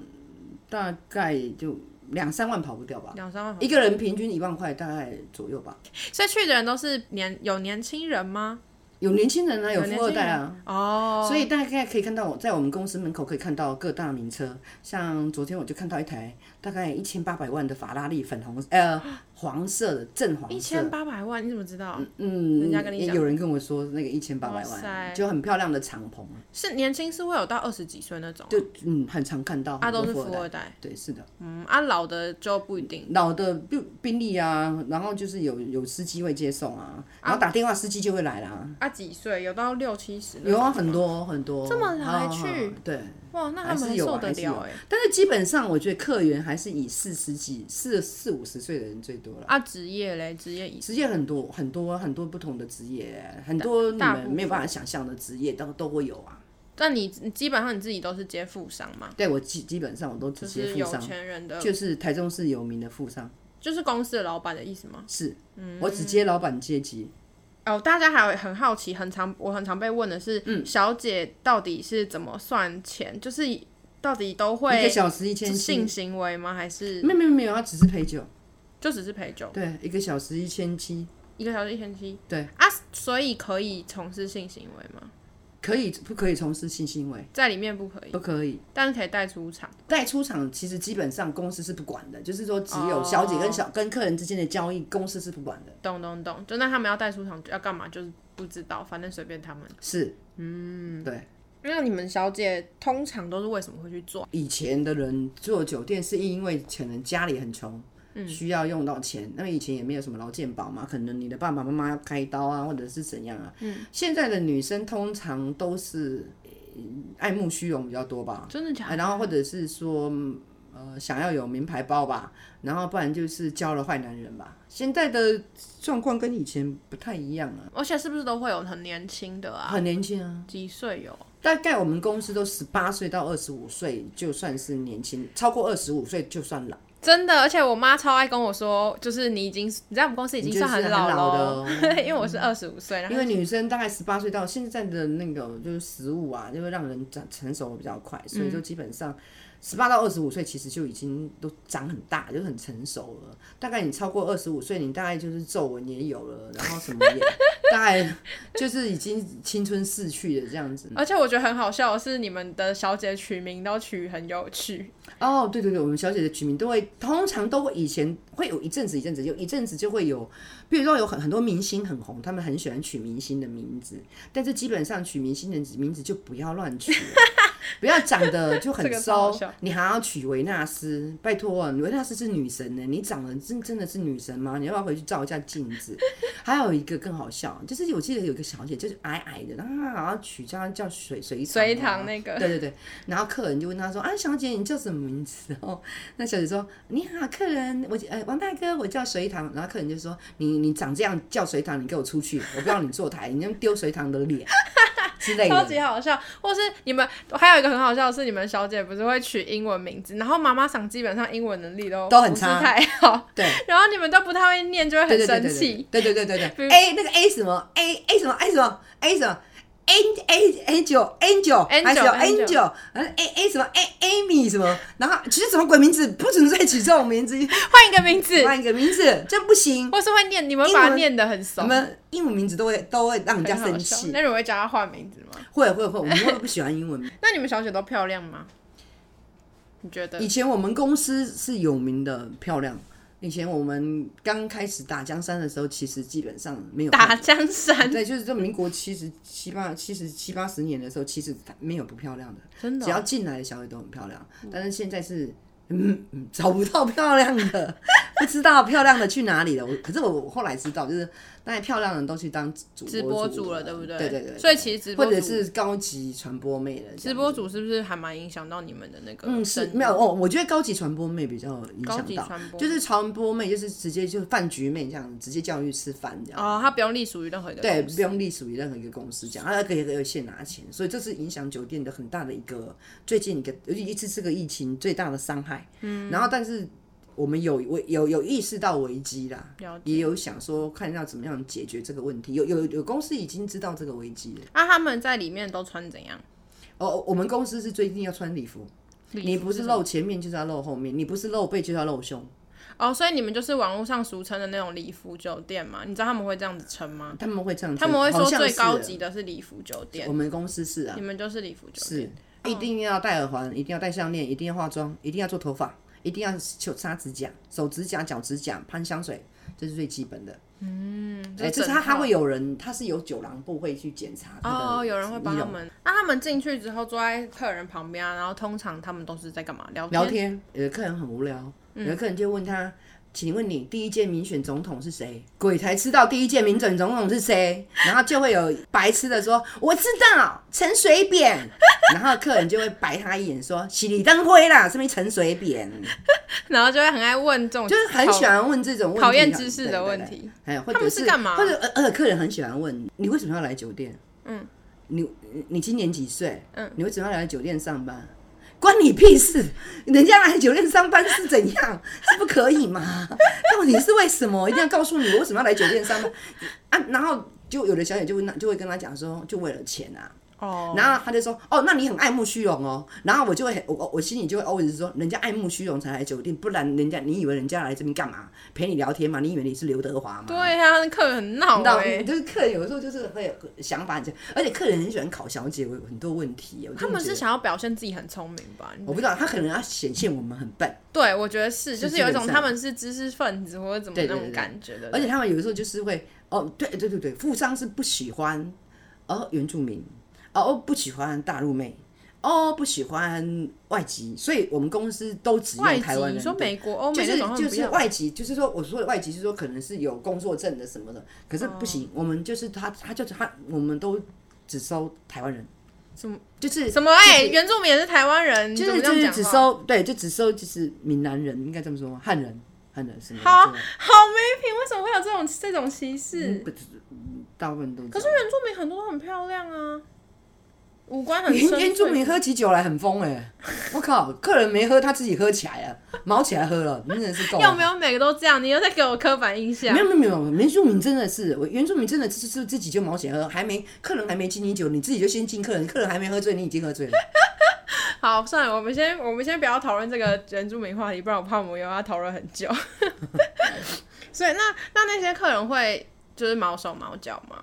[SPEAKER 1] 大概就两三万跑不掉吧。
[SPEAKER 2] 两三万。
[SPEAKER 1] 一个人平均一万块大概左右吧。
[SPEAKER 2] 所以去的人都是年有年轻人吗？
[SPEAKER 1] 有年轻人啊，有
[SPEAKER 2] 有年
[SPEAKER 1] 富二
[SPEAKER 2] 轻
[SPEAKER 1] 代
[SPEAKER 2] 人
[SPEAKER 1] 啊，
[SPEAKER 2] 哦，
[SPEAKER 1] 所以大概可以看到我在我们公司门口可以看到各大名车，像昨天我就看到一台大概一千八百万的法拉利，粉红呃黄色的正黄
[SPEAKER 2] 一
[SPEAKER 1] 色
[SPEAKER 2] 千。八百万，你怎么知道？
[SPEAKER 1] 嗯，
[SPEAKER 2] 人家跟你
[SPEAKER 1] 也
[SPEAKER 2] 讲
[SPEAKER 1] 有人跟我说那个一千八百
[SPEAKER 2] 哇
[SPEAKER 1] 万啊
[SPEAKER 2] 塞哦
[SPEAKER 1] 就很漂亮的敞篷，啊
[SPEAKER 2] 是年轻是会有到二十几岁那种，
[SPEAKER 1] 就嗯很常看到
[SPEAKER 2] 啊，
[SPEAKER 1] 很多
[SPEAKER 2] 都是
[SPEAKER 1] 富
[SPEAKER 2] 富
[SPEAKER 1] 二代。
[SPEAKER 2] 二代，
[SPEAKER 1] 对，是的。
[SPEAKER 2] 嗯，啊，老的就不一定。
[SPEAKER 1] 老的宾宾利啊，然后就是有有司机会接送啊，然后打电话司机就会来啦。
[SPEAKER 2] 啊，几岁有到六七十？
[SPEAKER 1] 有啊，很。多很多，
[SPEAKER 2] 这么老还
[SPEAKER 1] 啊
[SPEAKER 2] 去
[SPEAKER 1] 对，
[SPEAKER 2] 哇，那
[SPEAKER 1] 还
[SPEAKER 2] 他
[SPEAKER 1] 是
[SPEAKER 2] 们
[SPEAKER 1] 有
[SPEAKER 2] 受
[SPEAKER 1] 啊
[SPEAKER 2] 得
[SPEAKER 1] 还是
[SPEAKER 2] 了
[SPEAKER 1] 有
[SPEAKER 2] 哎、
[SPEAKER 1] 但是基本上我觉得客源还是以四十几、四四五十岁的人最多了。
[SPEAKER 2] 啊，职业嘞，职业以
[SPEAKER 1] 职业很多很多很多不同的职业，很多你
[SPEAKER 2] 大部
[SPEAKER 1] 们
[SPEAKER 2] 分
[SPEAKER 1] 没有办法想象的职业都都会有啊。
[SPEAKER 2] 但你你基本上你自己都是接富商嘛，
[SPEAKER 1] 对我基基本上我都
[SPEAKER 2] 就
[SPEAKER 1] 直接
[SPEAKER 2] 是
[SPEAKER 1] 富
[SPEAKER 2] 有
[SPEAKER 1] 商，
[SPEAKER 2] 钱人的，
[SPEAKER 1] 就是台中市有名的富商，
[SPEAKER 2] 就是公司的老板的意思吗？
[SPEAKER 1] 是、
[SPEAKER 2] 嗯
[SPEAKER 1] 我只接老板阶级。
[SPEAKER 2] 哦，大家还有很好奇，很常我很常被问的是，
[SPEAKER 1] 嗯
[SPEAKER 2] 小姐到底是怎么算钱？就是到底都
[SPEAKER 1] 一个
[SPEAKER 2] 会
[SPEAKER 1] 小时一千
[SPEAKER 2] 是
[SPEAKER 1] 七，
[SPEAKER 2] 性行为吗？还是
[SPEAKER 1] 没有没有没有，他只是陪酒。
[SPEAKER 2] 就只是陪酒？
[SPEAKER 1] 对，一个小时一千七，
[SPEAKER 2] 一个小时一千七？
[SPEAKER 1] 对
[SPEAKER 2] 啊，所以可以从事性行为吗？
[SPEAKER 1] 可以不可以从事性行为？
[SPEAKER 2] 在里面不可以，
[SPEAKER 1] 不可以。
[SPEAKER 2] 但是可以带出场。
[SPEAKER 1] 带出场其实基本上公司是不管的，就是说只
[SPEAKER 2] 哦
[SPEAKER 1] 有小姐跟小、跟客人之间的交易，公司是不管的。
[SPEAKER 2] 懂懂懂，就那他们要带出场要干嘛，就是不知道，反正随便他们。
[SPEAKER 1] 是，嗯，对。
[SPEAKER 2] 那你们小姐通常都是为什么会去做？
[SPEAKER 1] 以前的人做酒店是因为可能家里很穷。需要用到钱，那么以前也没有什么劳健保嘛，可能你的爸爸妈妈要开刀啊，或者是怎样啊。嗯，现在的女生通常都是、呃爱慕虚荣比较多吧，
[SPEAKER 2] 真的假
[SPEAKER 1] 啊，然后或者是说，嗯呃，想要有名牌包吧，然后不然就是交了坏男人吧。现在的状况跟以前不太一样啊，
[SPEAKER 2] 而且哦是不是都会有很年轻的啊？
[SPEAKER 1] 很年轻啊，
[SPEAKER 2] 几岁有？
[SPEAKER 1] 大概我们公司都十八岁到二十五岁就算是年轻，超过二十五岁就算老，
[SPEAKER 2] 真的，而且我妈超爱跟我说，就是你已经你在我们公司已经算
[SPEAKER 1] 你就是
[SPEAKER 2] 老
[SPEAKER 1] 很
[SPEAKER 2] 了
[SPEAKER 1] 老的
[SPEAKER 2] 哦，
[SPEAKER 1] 哦。
[SPEAKER 2] (laughs) 因为我是二十五岁，然
[SPEAKER 1] 因
[SPEAKER 2] 后
[SPEAKER 1] 为女生大概十八岁到现在的那个就是食物啊，就会让人长成熟得比较快，所以
[SPEAKER 2] 嗯
[SPEAKER 1] 就基本上十八到二十五岁其实就已经都长很大，就很成熟了。大概你超过二十五岁，你大概就是皱纹也有了，然后什么
[SPEAKER 2] (laughs)
[SPEAKER 1] 也大概就是已经青春逝去的这样子。
[SPEAKER 2] 而且我觉得很好笑的是，你们的小姐取名都取很有趣，
[SPEAKER 1] 哦，对对对，我们小姐的取名都会，通常都会以前会有一阵子一阵子，有一阵子就会有，比如说有很很多明星很红，他们很喜欢取明星的名字，但是基本上取明星的名字就不要乱取了。不要长得就很
[SPEAKER 2] 这个超好
[SPEAKER 1] 骚
[SPEAKER 2] 笑，
[SPEAKER 1] 你还要娶维纳斯？拜托、啊，维纳斯是女神呢、你长得真真的是女神吗？你要不要回去照一下镜子？ (laughs) 还有一个更好笑，就是我记得有一个小姐就是矮矮的，然后她好像取叫她叫水水堂
[SPEAKER 2] 隋
[SPEAKER 1] 啊
[SPEAKER 2] 唐那
[SPEAKER 1] (laughs)
[SPEAKER 2] 个
[SPEAKER 1] 对对对，然后客人就问他说：“啊，小姐，你叫什么名字？”哦，那小姐说：“你好，客人，我呃王大哥，我叫隋唐。”然后客人就说：“你你长这样叫隋唐，你给我出去！我不要你坐台，你要丢隋唐的脸之类
[SPEAKER 2] (laughs) 超
[SPEAKER 1] 的。
[SPEAKER 2] 级好笑。或是你们还有一个很好笑的是，你们小姐不是会取英文名字，然后妈妈桑基本上英文能力都
[SPEAKER 1] 都很
[SPEAKER 2] 不是
[SPEAKER 1] 差
[SPEAKER 2] 太好，” (laughs)
[SPEAKER 1] 对，
[SPEAKER 2] 然后你们都不太会念，就会
[SPEAKER 1] 对
[SPEAKER 2] 很
[SPEAKER 1] 对对
[SPEAKER 2] 生
[SPEAKER 1] 对
[SPEAKER 2] 气。
[SPEAKER 1] 对对对对
[SPEAKER 2] 比
[SPEAKER 1] 对
[SPEAKER 2] 如
[SPEAKER 1] ，A 那个 A 什么 A A 什么 A 什么 A 什么哎 An A A 九 N 九还有 N 九，然后 A A 哎什么 A Amy 什么，然后取什么鬼名字？不准再取这种名字，
[SPEAKER 2] 换一个名字，
[SPEAKER 1] 换一个名字，这不行。
[SPEAKER 2] 或是会念，你们
[SPEAKER 1] 英
[SPEAKER 2] 把它
[SPEAKER 1] 文
[SPEAKER 2] 念得很熟
[SPEAKER 1] 我，们英文名字都会都会让人家
[SPEAKER 2] 很好
[SPEAKER 1] 生
[SPEAKER 2] 笑。
[SPEAKER 1] 气，
[SPEAKER 2] 那你会叫她换名字吗？
[SPEAKER 1] 会会会，我们会不喜欢英
[SPEAKER 2] (laughs)
[SPEAKER 1] 文名。
[SPEAKER 2] 那你们小姐都漂亮吗？你觉得
[SPEAKER 1] 以？前我们公司是有名的漂亮，以前我们刚开始打江山的时候，其实基本上没有
[SPEAKER 2] 打江山，
[SPEAKER 1] 对，就是这民国七十七八、七十七八十年的时候，其实没有不漂亮的，
[SPEAKER 2] 真的哦
[SPEAKER 1] 只要进来的小姐都很漂亮。但是现在是，嗯，嗯找不到漂亮的， (laughs) 不知道漂亮的去哪里了。我可是我我后来知道，就是那些漂亮的人都去当主
[SPEAKER 2] 直播
[SPEAKER 1] 播
[SPEAKER 2] 主了，对不
[SPEAKER 1] 对？
[SPEAKER 2] 对？
[SPEAKER 1] 对对
[SPEAKER 2] 所以其实直播
[SPEAKER 1] 或者
[SPEAKER 2] 主
[SPEAKER 1] 是高级传播妹了。这
[SPEAKER 2] 直
[SPEAKER 1] 样
[SPEAKER 2] 播主是不是还蛮影响到你们的那个
[SPEAKER 1] 嗯是
[SPEAKER 2] 生意
[SPEAKER 1] 没有哦，我觉得高级传播妹比较影
[SPEAKER 2] 高
[SPEAKER 1] 响
[SPEAKER 2] 级
[SPEAKER 1] 到，
[SPEAKER 2] 传播？
[SPEAKER 1] 就是传播妹就是直接就饭局妹这样，直接教育吃饭这样。
[SPEAKER 2] 哦，他不用隶属于任何一个
[SPEAKER 1] 对，
[SPEAKER 2] 公司
[SPEAKER 1] 不用隶属于任何一个公司讲，他可以可以现拿钱，所以这是影响酒店的很大的一个最近一个，尤其一次这个疫情最大的伤害。嗯，然后但是我们有我有有意识到危机啦，
[SPEAKER 2] 了
[SPEAKER 1] 也有想说看要怎么样解决这个问题，有有有公司已经知道这个危机了。
[SPEAKER 2] 啊，他们在里面都穿怎样？
[SPEAKER 1] 哦，我们公司是最近要穿礼服，你不是露前面就是要露后面，你不是露背就是要露胸，
[SPEAKER 2] 哦，所以你们就是网络上俗称的那种礼服酒店嘛？你知道他们会这样子称吗？
[SPEAKER 1] 他们会这样子，
[SPEAKER 2] 他们会说
[SPEAKER 1] 嗯好像
[SPEAKER 2] 最
[SPEAKER 1] 是
[SPEAKER 2] 高
[SPEAKER 1] 啊，
[SPEAKER 2] 级的是礼服酒店，
[SPEAKER 1] 我们公司是啊。
[SPEAKER 2] 你们就是礼服酒
[SPEAKER 1] 是
[SPEAKER 2] 店。，
[SPEAKER 1] 一定要戴耳环，一定要戴项链，一定要化妆，一定要做头发，一定要修擦指甲、手指甲、脚指甲、喷香水，这是最基本的。
[SPEAKER 2] 嗯
[SPEAKER 1] 哎、这是
[SPEAKER 2] 整
[SPEAKER 1] 他他
[SPEAKER 2] 套
[SPEAKER 1] 会有人，他是有酒廊部会去检查他的
[SPEAKER 2] 哦，有人会帮
[SPEAKER 1] 仪
[SPEAKER 2] 他
[SPEAKER 1] 容
[SPEAKER 2] 们。啊那他们进去之后坐在客人旁边啊，然后通常他们都是在干嘛？聊
[SPEAKER 1] 聊天。有的客人很无聊，有的客人就问他：“请问你第一届民选总统是谁？鬼才知道第一届民选总统是谁。”然后就会有白痴的说：“我知道陈水扁。”然后客人就会白他一眼说：“洗李登辉啦，是不是陈水扁？”
[SPEAKER 2] (laughs) 然后就会很爱问这种，
[SPEAKER 1] 就是很喜欢问这种问题啊
[SPEAKER 2] 讨厌知识的问。
[SPEAKER 1] 对对
[SPEAKER 2] 题
[SPEAKER 1] 对。还有或
[SPEAKER 2] 他
[SPEAKER 1] 者
[SPEAKER 2] 们是干嘛
[SPEAKER 1] 或者呃呃，客人很喜欢问你为什么要来酒店？
[SPEAKER 2] 嗯，
[SPEAKER 1] 你你你今年几岁？
[SPEAKER 2] 嗯，
[SPEAKER 1] 你为什么要来酒店上班？关你屁事！人家来酒店上班是怎样？是不可以吗？到底是为什么？一定要告诉你我为什么要来酒店上班啊？然后就有的小姐就会那就会跟他讲说，就为了钱啊。
[SPEAKER 2] 哦，
[SPEAKER 1] 然后他就说：“哦，那你很爱慕虚荣哦。”然后我就会很，我我我心里就会 always 说，人家爱慕虚荣才来酒店，不然人家你以为人家来这边干嘛？陪你聊天嘛？你以为你是刘德华吗？
[SPEAKER 2] 对啊，那客人很闹
[SPEAKER 1] 你知道，
[SPEAKER 2] 哎、
[SPEAKER 1] 就是客人有的时候就是会有想法，而且客人很喜欢考小姐，我有很多问题。我真的
[SPEAKER 2] 他们
[SPEAKER 1] 觉
[SPEAKER 2] 是
[SPEAKER 1] 得
[SPEAKER 2] 想要表现自己很聪明吧？
[SPEAKER 1] 我不知道，他可能要显现我们很笨，
[SPEAKER 2] 对，我觉得是，就是是有一种
[SPEAKER 1] 基本上
[SPEAKER 2] 他们是知识分子或者怎
[SPEAKER 1] 啊
[SPEAKER 2] 么
[SPEAKER 1] 对
[SPEAKER 2] 那
[SPEAKER 1] 对
[SPEAKER 2] 种
[SPEAKER 1] 对
[SPEAKER 2] 感觉的。
[SPEAKER 1] 而且他们有的时候就是会哦，对对对对，富商是不喜欢哦原住民，哦不喜欢大陆妹。哦，不喜欢外籍，所以我们公司都只
[SPEAKER 2] 外
[SPEAKER 1] 用台湾
[SPEAKER 2] 籍，
[SPEAKER 1] 人。
[SPEAKER 2] 你说美国、欧
[SPEAKER 1] 就
[SPEAKER 2] 美那
[SPEAKER 1] 是
[SPEAKER 2] 种他
[SPEAKER 1] 就
[SPEAKER 2] 们不
[SPEAKER 1] 是
[SPEAKER 2] 要。
[SPEAKER 1] 外籍，就是说我说的外籍是说可能是有工作证的什么的，可是不
[SPEAKER 2] 哦
[SPEAKER 1] 行，我们就是他他就是他，我们都只收台湾人，
[SPEAKER 2] 什么
[SPEAKER 1] 就是
[SPEAKER 2] 什么？哎、原住民也是台湾人，你
[SPEAKER 1] 就
[SPEAKER 2] 怎
[SPEAKER 1] 是
[SPEAKER 2] 么
[SPEAKER 1] 就
[SPEAKER 2] 这
[SPEAKER 1] 是
[SPEAKER 2] 样
[SPEAKER 1] 只
[SPEAKER 2] 讲话？
[SPEAKER 1] 收对，就只收就是闽南人，应该这么说吗？汉人汉人什么的？
[SPEAKER 2] 好
[SPEAKER 1] 这个
[SPEAKER 2] 好没品，为什么会有这种这种歧视？
[SPEAKER 1] 不止大部分都
[SPEAKER 2] 可
[SPEAKER 1] 这
[SPEAKER 2] 是原住民很多都很漂亮啊，五官很
[SPEAKER 1] 样。
[SPEAKER 2] 深
[SPEAKER 1] 原 (laughs) 原住
[SPEAKER 2] 邃。
[SPEAKER 1] 民喝起酒来很疯哎、我靠，客人没喝，他自己喝起来了，毛起来喝了，真的是够
[SPEAKER 2] 要
[SPEAKER 1] 了
[SPEAKER 2] 没。有每个都这样？你又在给我刻板印象
[SPEAKER 1] 没？有没有没有，原住民真的是，我原住民真的是是自己就毛起来喝，还没客人还没敬你酒，你自己就先敬客人，客人还没喝醉，你已经喝醉了。
[SPEAKER 2] 好，算了，我们先我们先不要讨论这个原住民话题，不然我怕我们又要讨论很久。 (laughs) 所以那那那些客人会就是毛手毛脚吗？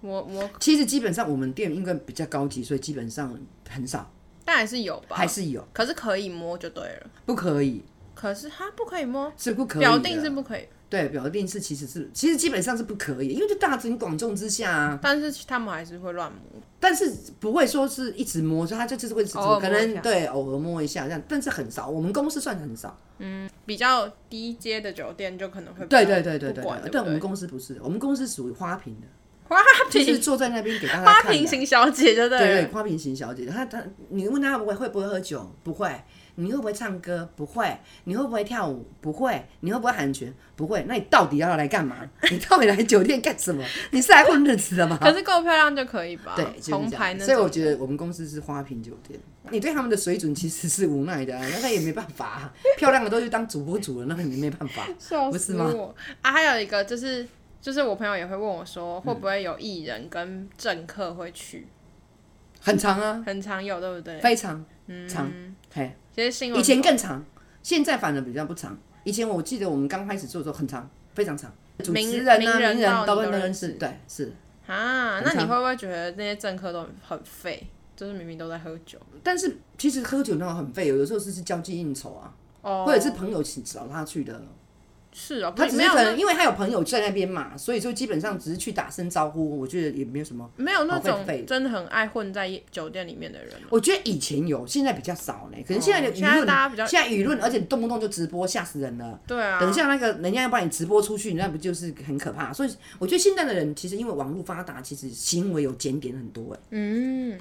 [SPEAKER 2] 我我
[SPEAKER 1] 其实基本上我们店因为比较高级，所以基本上很少，
[SPEAKER 2] 但还是有吧，
[SPEAKER 1] 还是有，
[SPEAKER 2] 可是可以摸就对了。
[SPEAKER 1] 不可以
[SPEAKER 2] 可是他不可以摸，
[SPEAKER 1] 是不可以的。啊
[SPEAKER 2] 表定是不可以，
[SPEAKER 1] 对，表定是其实是其实基本上是不可以，因为就大庭广众之下、啊，
[SPEAKER 2] 但是他们还是会乱摸。
[SPEAKER 1] 但是不会说是一直摸，所以他就就是会
[SPEAKER 2] 偶尔
[SPEAKER 1] 可
[SPEAKER 2] 摸一下
[SPEAKER 1] 能对偶尔摸一下这样，但是很少，我们公司算很少。
[SPEAKER 2] 比较低阶的酒店就可能会
[SPEAKER 1] 对对对对
[SPEAKER 2] 不
[SPEAKER 1] 对
[SPEAKER 2] 管
[SPEAKER 1] 对，
[SPEAKER 2] 对
[SPEAKER 1] 但
[SPEAKER 2] 不
[SPEAKER 1] 我们
[SPEAKER 2] 对？
[SPEAKER 1] 公司不是，我们公司属于花瓶的，
[SPEAKER 2] 花
[SPEAKER 1] 就
[SPEAKER 2] 瓶
[SPEAKER 1] 是坐在那边给大家
[SPEAKER 2] 花
[SPEAKER 1] 看
[SPEAKER 2] 瓶
[SPEAKER 1] 的。
[SPEAKER 2] 型小姐就对
[SPEAKER 1] 对
[SPEAKER 2] 了。
[SPEAKER 1] 对，花瓶型小姐，她她，你问她会会不会喝酒？不会。你会不会唱歌？不会。你会不会跳舞？不会。你会不会喊拳？不会。那你到底要来干嘛？ (laughs) 你到底来酒店干什么？你是来混日子的吗？
[SPEAKER 2] 可是够漂亮就可以吧？
[SPEAKER 1] 对，就是
[SPEAKER 2] 红
[SPEAKER 1] 这样
[SPEAKER 2] 牌那
[SPEAKER 1] 所以我
[SPEAKER 2] 种。
[SPEAKER 1] 觉得我们公司是花瓶酒店，你对他们的水准其实是无奈的、啊，那个也没办法啊、漂亮的都去当主播主了，那个也没办法。
[SPEAKER 2] 笑
[SPEAKER 1] 不
[SPEAKER 2] 死
[SPEAKER 1] 是吗
[SPEAKER 2] 我啊！还有一个就是，就是我朋友也会问我说，会不会有艺人跟政客会去？
[SPEAKER 1] 很长啊，
[SPEAKER 2] 很常有，对不对？
[SPEAKER 1] 非常长，嘿，
[SPEAKER 2] 其实新闻
[SPEAKER 1] 以前更长，现在反而比较不长。以前我记得我们刚开始做的时候很长，非常长，主
[SPEAKER 2] 名
[SPEAKER 1] 持人啊、
[SPEAKER 2] 名人
[SPEAKER 1] 名
[SPEAKER 2] 到
[SPEAKER 1] 人都
[SPEAKER 2] 你都
[SPEAKER 1] 会
[SPEAKER 2] 认
[SPEAKER 1] 认
[SPEAKER 2] 识
[SPEAKER 1] 识，对，是。
[SPEAKER 2] 啊，
[SPEAKER 1] 很
[SPEAKER 2] 那你
[SPEAKER 1] 常
[SPEAKER 2] 会不会觉得那些政客都很很废？就是明明都在喝酒
[SPEAKER 1] 但是其哦实喝酒那种很费，有的时候是是交际应酬啊，
[SPEAKER 2] 哦，
[SPEAKER 1] 或者是朋友请找他去的，
[SPEAKER 2] 是哦，不
[SPEAKER 1] 他只
[SPEAKER 2] 没
[SPEAKER 1] 是
[SPEAKER 2] 有
[SPEAKER 1] 可能
[SPEAKER 2] 那
[SPEAKER 1] 因为他有朋友在那边嘛，所以就基本上只是去打声招呼，我觉得也没有什么。
[SPEAKER 2] 没有那
[SPEAKER 1] 好费费
[SPEAKER 2] 种真的很爱混在夜酒店里面的人哦。
[SPEAKER 1] 我觉得以前有，现在比较少呢。可能现在的舆
[SPEAKER 2] 现在
[SPEAKER 1] 论，
[SPEAKER 2] 大家比较嗯
[SPEAKER 1] 现在舆论，而且动不动就直播，吓死人了。
[SPEAKER 2] 对啊，
[SPEAKER 1] 等一下那个人家要把你直播出去，那不就是很可怕？所以我觉得现在的人其实因为网络发达，其实行为有检点很多哎。
[SPEAKER 2] 嗯，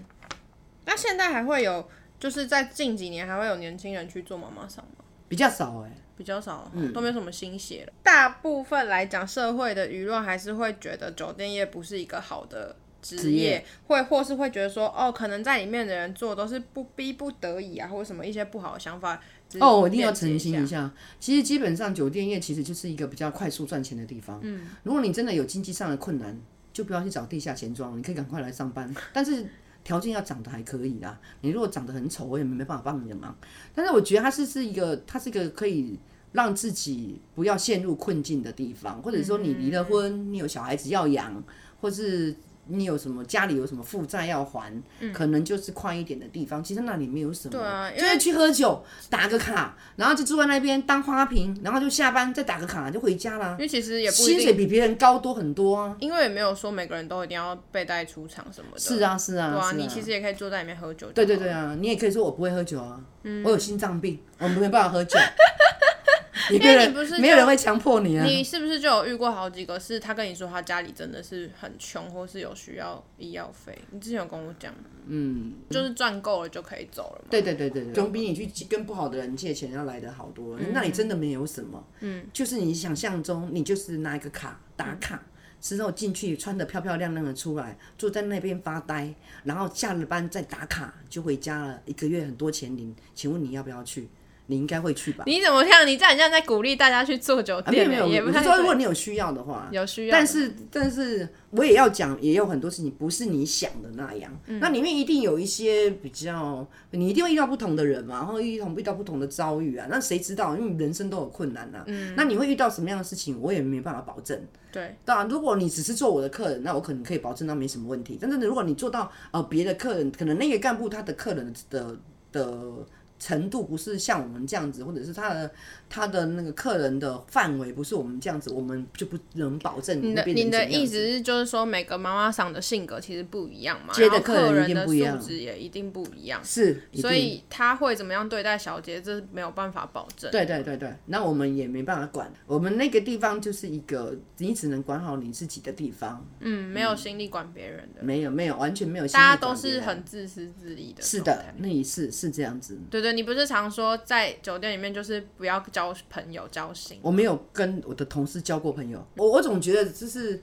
[SPEAKER 2] 那现在还会有，就是在近几年还会有年轻人去做妈妈桑吗？
[SPEAKER 1] 比较少哎、
[SPEAKER 2] 比较少了，都没有什么新血了。大部分来讲，社会的舆论还是会觉得酒店业不是一个好的职
[SPEAKER 1] 职业
[SPEAKER 2] 业，会或是会觉得说，哦，可能在里面的人做都是不逼不得已啊，或者什么一些不好的想法。只是
[SPEAKER 1] 哦，我一定要
[SPEAKER 2] 辩解
[SPEAKER 1] 澄清
[SPEAKER 2] 一
[SPEAKER 1] 一
[SPEAKER 2] 下。
[SPEAKER 1] 下，其实基本上酒店业其实就是一个比较快速赚钱的地方。嗯，如果你真的有经济上的困难，就不要去找地下钱庄，你可以赶快来上班。但是条件要长得还可以啦，你如果长得很丑，我也没办法帮你的忙。但是我觉得它是是一个，它是一个可以让自己不要陷入困境的地方，或者说你离了
[SPEAKER 2] 嗯
[SPEAKER 1] 婚，你有小孩子要养，或是。你有什么家里有什么负债要还，可能就是快一点的地方。其实那里没有什么，
[SPEAKER 2] 嗯对啊因
[SPEAKER 1] 就
[SPEAKER 2] 为
[SPEAKER 1] 是去喝酒打个卡，然后就住在那边当花瓶，然后就下班再打个卡就回家啦
[SPEAKER 2] 因。为其实也不一
[SPEAKER 1] 薪水
[SPEAKER 2] 定，
[SPEAKER 1] 比别人高多很多啊。
[SPEAKER 2] 因为也没有说每个人都一定要被带出场什么的。
[SPEAKER 1] 是啊，是啊，
[SPEAKER 2] 对啊，
[SPEAKER 1] 是
[SPEAKER 2] 你其实也可以坐在里面喝酒。
[SPEAKER 1] 对对对。啊，你也可以说我不会喝酒啊，
[SPEAKER 2] 嗯
[SPEAKER 1] 我有心脏病，我没办法喝
[SPEAKER 2] (laughs)
[SPEAKER 1] 酒。你没有
[SPEAKER 2] 因为你不是
[SPEAKER 1] 人
[SPEAKER 2] 就
[SPEAKER 1] 没有人会强迫你啊。
[SPEAKER 2] 你是不是就有遇过好几个是他跟你说他家里真的是很穷，或是有需要医药费？你之前有跟我讲，嗯，就是赚够了就可以走了嘛。
[SPEAKER 1] 对对对对对，总比你去跟不好的人借钱要来得好多了。那你真的没有什么，嗯，就是你想象中，你就是拿一个卡打卡。之后进去穿的漂漂亮亮的出来，坐在那边发呆，然后下了班再打卡就回家了，一个月很多钱领。请问你要不要去？你应该会去吧？
[SPEAKER 2] 你怎么像你这样你这样在鼓励大家去做酒
[SPEAKER 1] 啊，没
[SPEAKER 2] 店
[SPEAKER 1] 有没
[SPEAKER 2] 呢、
[SPEAKER 1] 有，
[SPEAKER 2] 也不
[SPEAKER 1] 我
[SPEAKER 2] 太
[SPEAKER 1] 是说如
[SPEAKER 2] 对
[SPEAKER 1] 果你有需要的话，
[SPEAKER 2] 有需要的，
[SPEAKER 1] 但是，但是我也要讲，也有很多事情不是你想的那样。
[SPEAKER 2] 嗯
[SPEAKER 1] 那里面一定有一些比较，你一定会遇到不同的人嘛，然后遇到遇到不同的遭遇啊。那谁知道？因为人生都有困难啊。那你会遇到什么样的事情，我也没办法保证。
[SPEAKER 2] 嗯对，
[SPEAKER 1] 当然，如果你只是做我的客人，那我可能可以保证那没什么问题。但是如果你做到呃别的客人，可能那个干部他的客人的的程度不是像我们这样子，或者是他的他的那个客人的范围不是我们这样子，我们就不能保证
[SPEAKER 2] 你
[SPEAKER 1] 会
[SPEAKER 2] 的
[SPEAKER 1] 变
[SPEAKER 2] 你
[SPEAKER 1] 成
[SPEAKER 2] 的
[SPEAKER 1] 怎样
[SPEAKER 2] 意
[SPEAKER 1] 子
[SPEAKER 2] 思是就是说每个妈妈桑的性格其实不一样嘛，
[SPEAKER 1] 接的
[SPEAKER 2] 然后
[SPEAKER 1] 客人
[SPEAKER 2] 客
[SPEAKER 1] 一
[SPEAKER 2] 人
[SPEAKER 1] 定
[SPEAKER 2] 的
[SPEAKER 1] 不一样
[SPEAKER 2] 素质也一定不一样，
[SPEAKER 1] 是，一
[SPEAKER 2] 所
[SPEAKER 1] 定
[SPEAKER 2] 以他会怎么样对待小杰，这是没有办法保证。
[SPEAKER 1] 对对对对，那我们也没办法管，我们那个地方就是一个你只能管好你自己的地方，
[SPEAKER 2] 嗯，没有心力管别人的，
[SPEAKER 1] 没有没有完全没有嗯心力
[SPEAKER 2] 大家
[SPEAKER 1] 管别人，
[SPEAKER 2] 都是很自私自利的。
[SPEAKER 1] 是的，那也是是这样子。
[SPEAKER 2] 对对，你不是常说在酒店里面就是不要交朋友、交心，
[SPEAKER 1] 我没有跟我的同事交过朋友，我我总觉得就是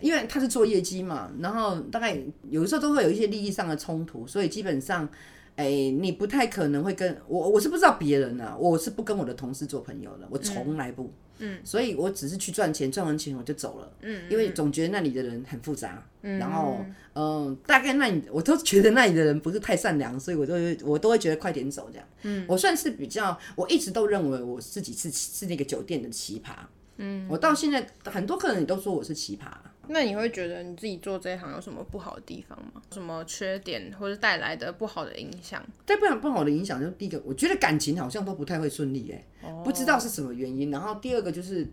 [SPEAKER 1] 因为他是做业绩嘛，然后大概有时候都会有一些利益上的冲突，所以基本上，哎、你不太可能会跟我，我是不知道别人啊，我是不跟我的同事做朋友的，我从来不，嗯，所以我只是去赚钱，赚完钱我就走了，嗯，因为总觉得那里的人很复杂，嗯，然后嗯、呃大概那里我都觉得那里的人不是太善良，所以我都会我都会觉得快点走这样，嗯，我算是比较，我一直都认为我自己是是那个酒店的奇葩。嗯，我到现在很多客人也都说我是奇葩，
[SPEAKER 2] 那你会觉得你自己做这一行有什么不好的地方吗？什么缺点或者带来的不好的影响？
[SPEAKER 1] 对不然不好的影响，就第一个，我觉得感情好像都不太会顺利、欸，哎、
[SPEAKER 2] 哦
[SPEAKER 1] 不知道是什么原因。然后第二个就是，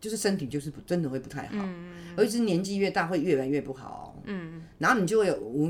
[SPEAKER 1] 就是身体就是不真的会不太好，
[SPEAKER 2] 嗯
[SPEAKER 1] 尤其是年纪越大会越来越不好、嗯，然后你就会有无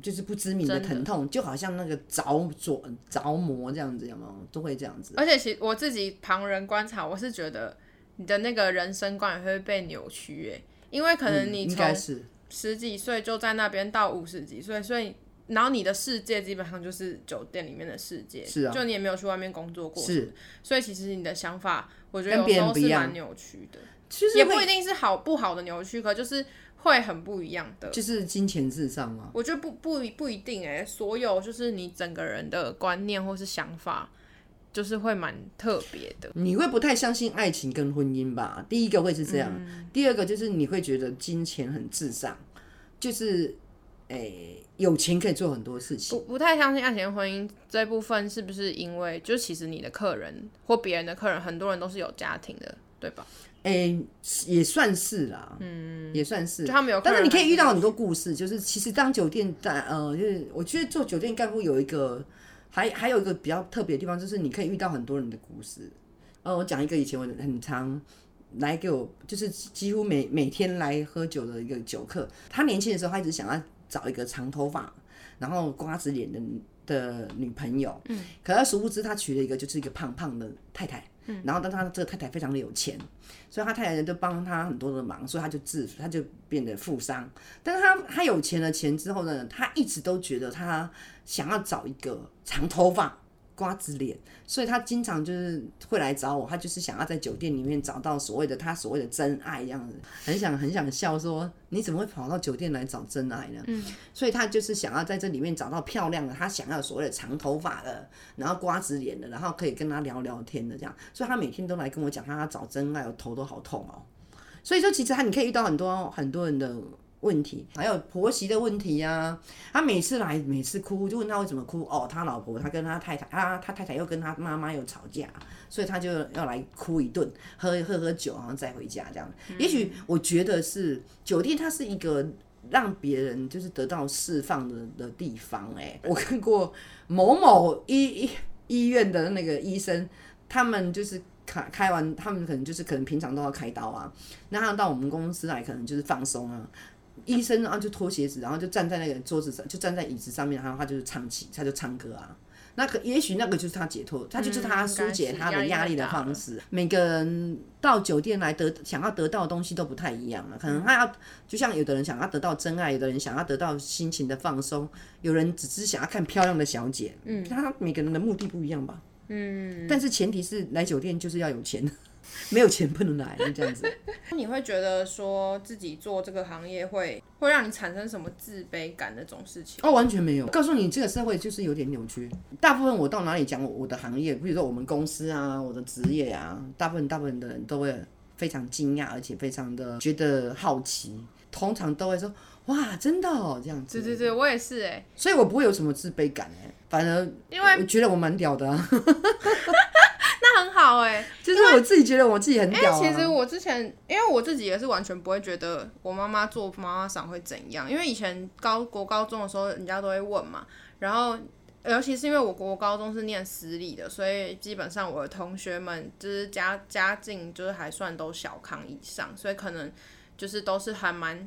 [SPEAKER 1] 就是不知名的疼痛，就好像那个着着着魔这样子，有没有？都会这样子。
[SPEAKER 2] 而且其实我自己旁人观察，我是觉得你的那个人生观也会被扭曲耶，因为可能你
[SPEAKER 1] 嗯应
[SPEAKER 2] 从
[SPEAKER 1] 该是
[SPEAKER 2] 十几岁就在那边到五十几岁，所以然后你的世界基本上就是酒店里面的世界，
[SPEAKER 1] 是啊
[SPEAKER 2] 就你也没有去外面工作过，
[SPEAKER 1] 是，
[SPEAKER 2] 所以其实你的想法，我觉得
[SPEAKER 1] 跟
[SPEAKER 2] 有
[SPEAKER 1] 别
[SPEAKER 2] 时
[SPEAKER 1] 人
[SPEAKER 2] 候
[SPEAKER 1] 不
[SPEAKER 2] 是
[SPEAKER 1] 一样
[SPEAKER 2] 蛮扭曲的，
[SPEAKER 1] 就是
[SPEAKER 2] 也
[SPEAKER 1] 会
[SPEAKER 2] 不一定是好不好的扭曲，可就是会很不一样的。
[SPEAKER 1] 就是金钱至上啊嘛。
[SPEAKER 2] 我觉得不不一不一定哎、所有就是你整个人的观念或是想法，就是会蛮特别的。
[SPEAKER 1] 你会不太相信爱情跟婚姻吧？第一个会是这样，第二个就是你会觉得金钱很至上，就是诶、有钱可以做很多事情。
[SPEAKER 2] 不不太相信爱情婚姻这部分是不是因为，就其实你的客人或别人的客人，很多人都是有家庭的，对吧？
[SPEAKER 1] 诶、也算是啦，嗯，也算是
[SPEAKER 2] 就。他们有客
[SPEAKER 1] 但是
[SPEAKER 2] 人来
[SPEAKER 1] 你
[SPEAKER 2] 自己，
[SPEAKER 1] 可以遇到很多故事，就是其实当酒店在呃，就是我觉得做酒店干部有一个，还还有一个比较特别的地方，就是你可以遇到很多人的故事。呃，我讲一个以前我很常来给我，就是几乎每每天来喝酒的一个酒客。他年轻的时候，他一直想要找一个长头发，然后瓜子脸的的女朋友。嗯，可是殊不知他娶了一个就是一个胖胖的太太。嗯，然后但他这个太太非常的有钱，所以他太太就帮他很多的忙，所以他就自他就变得富商。但是他他有钱了钱之后呢，他一直都觉得他想要找一个长头发。瓜子脸，所以他经常就是会来找我，他就是想要在酒店里面找到所谓的他所谓的真爱一样子，很想很想笑说你怎么会跑到酒店来找真爱呢？嗯，所以他就是想要在这里面找到漂亮的，他想要所谓的长头发的，然后瓜子脸的，然后可以跟他聊聊天的这样，所以他每天都来跟我讲他找真爱，我头都好痛哦。所以说其实他你可以遇到很多很多人的。问题还有婆媳的问题呀、啊，他每次来每次哭，就问他为什么哭哦，他老婆他跟他太太，他他太太又跟他妈妈又吵架，所以他就要来哭一顿，喝喝喝酒，然后再回家这样。嗯、也许我觉得是酒店，它是一个让别人就是得到释放的的地方、欸。哎，我看过某某医医医院的那个医生，他们就是。开开完，他们可能就是可能平常都要开刀啊，那他到我们公司来可能就是放松啊。医生然后就脱鞋子，然后就站在那个桌子上，就站在椅子上面，然后他就是唱起，他就唱歌啊。那个也许那个就是他解脱，他就是他疏解他的压力的方式。嗯、每个人到酒店来得想要得到的东西都不太一样了，啊可能他要就像有的人想要得到真爱，有的人想要得到心情的放松，有人只是想要看漂亮的小姐。嗯，他每个人的目的不一样吧。嗯，但是前提是来酒店就是要有钱。 (laughs) 没有钱不能来，就这样子。
[SPEAKER 2] 你会觉得说自己做这个行业会会让你产生什么自卑感那种事情？
[SPEAKER 1] 哦，完全没有。告诉你，这个社会就是有点扭曲。大部分我到哪里讲我我的行业，比如说我们公司啊，我的职业啊，大部分大部分的人都会非常惊讶，而且非常的觉得好奇，通常都会说哇，真的哦这样子。
[SPEAKER 2] 对对对，我也是哎、欸，
[SPEAKER 1] 所以我不会有什么自卑感哎、欸，反而
[SPEAKER 2] 因为
[SPEAKER 1] 我觉得我蛮屌的啊。
[SPEAKER 2] 那很好哎、欸，
[SPEAKER 1] 就是我自己觉得我自己很屌、啊。
[SPEAKER 2] 因为其实我之前，因为我自己也是完全不会觉得我妈妈做妈妈桑会怎样，因为以前高国高中的时候，人家都会问嘛，然后尤其是因为我国高中是念私立的，所以基本上我的同学们就是家家境就是还算都小康以上，所以可能就是都是还蛮。